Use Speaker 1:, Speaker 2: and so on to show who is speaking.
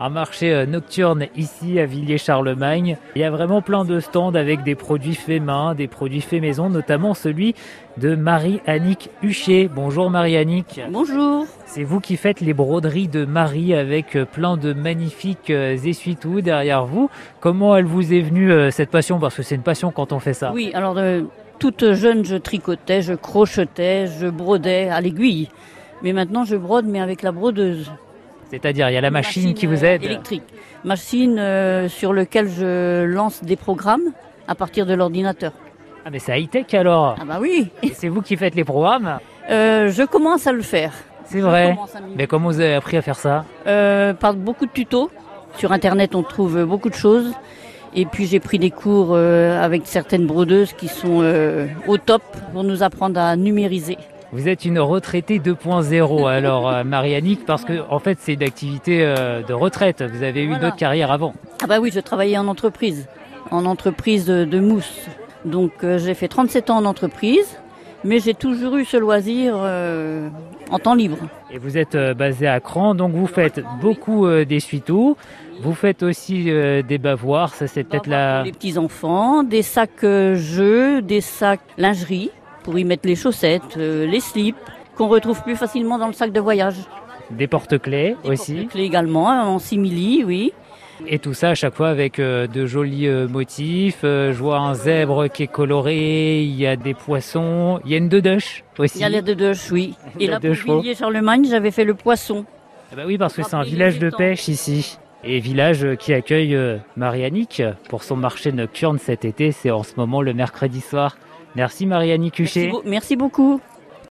Speaker 1: un marché euh, nocturne ici à Villiers-Charlemagne. Il y a vraiment plein de stands avec des produits faits main, des produits faits maison, notamment celui de Marie-Annick Huchet. Bonjour Marie-Annick.
Speaker 2: Bonjour.
Speaker 1: C'est vous qui faites les broderies de Marie avec euh, plein de magnifiques euh, essuie-tout derrière vous. Comment elle vous est venue euh, cette passion Parce que c'est une passion quand on fait ça.
Speaker 2: Oui, alors euh, toute jeune, je tricotais, je crochetais, je brodais à l'aiguille. Mais maintenant, je brode, mais avec la brodeuse.
Speaker 1: C'est-à-dire, il y a la machine, machine qui vous aide
Speaker 2: euh, Électrique. Machine euh, sur laquelle je lance des programmes à partir de l'ordinateur.
Speaker 1: Ah, mais c'est high-tech alors
Speaker 2: Ah, bah oui
Speaker 1: C'est vous qui faites les programmes
Speaker 2: euh, Je commence à le faire.
Speaker 1: C'est vrai. Mais comment vous avez appris à faire ça
Speaker 2: euh, Par beaucoup de tutos. Sur Internet, on trouve euh, beaucoup de choses. Et puis j'ai pris des cours euh, avec certaines brodeuses qui sont euh, au top pour nous apprendre à numériser.
Speaker 1: Vous êtes une retraitée 2.0 alors Marianique parce que en fait c'est une activité euh, de retraite. Vous avez eu voilà. une autre carrière avant.
Speaker 2: Ah bah oui, je travaillais en entreprise, en entreprise de mousse. Donc euh, j'ai fait 37 ans en entreprise, mais j'ai toujours eu ce loisir euh, en temps libre.
Speaker 1: Et vous êtes basé à Cran, donc vous faites beaucoup euh, des suites-tout. Vous faites aussi euh, des bavoirs, ça c'est peut-être la...
Speaker 2: Pour les petits-enfants, des sacs euh, jeux, des sacs lingerie pour y mettre les chaussettes, euh, les slips, qu'on retrouve plus facilement dans le sac de voyage.
Speaker 1: Des porte-clés aussi.
Speaker 2: Des clés également, hein, en simili, oui.
Speaker 1: Et tout ça à chaque fois avec euh, de jolis euh, motifs. je vois un zèbre qui est coloré, il y a des poissons, il y a une dedoche aussi.
Speaker 2: Il y a la dedoche, oui. Et là, pour Villiers-Charlemagne, j'avais fait le poisson.
Speaker 1: Ah bah oui, parce que c'est un village de pêche ici et village euh, qui accueille Marianique euh, pour son marché nocturne cet été. C'est en ce moment le mercredi soir. Merci Marianne Cuchet.
Speaker 2: Merci, merci beaucoup.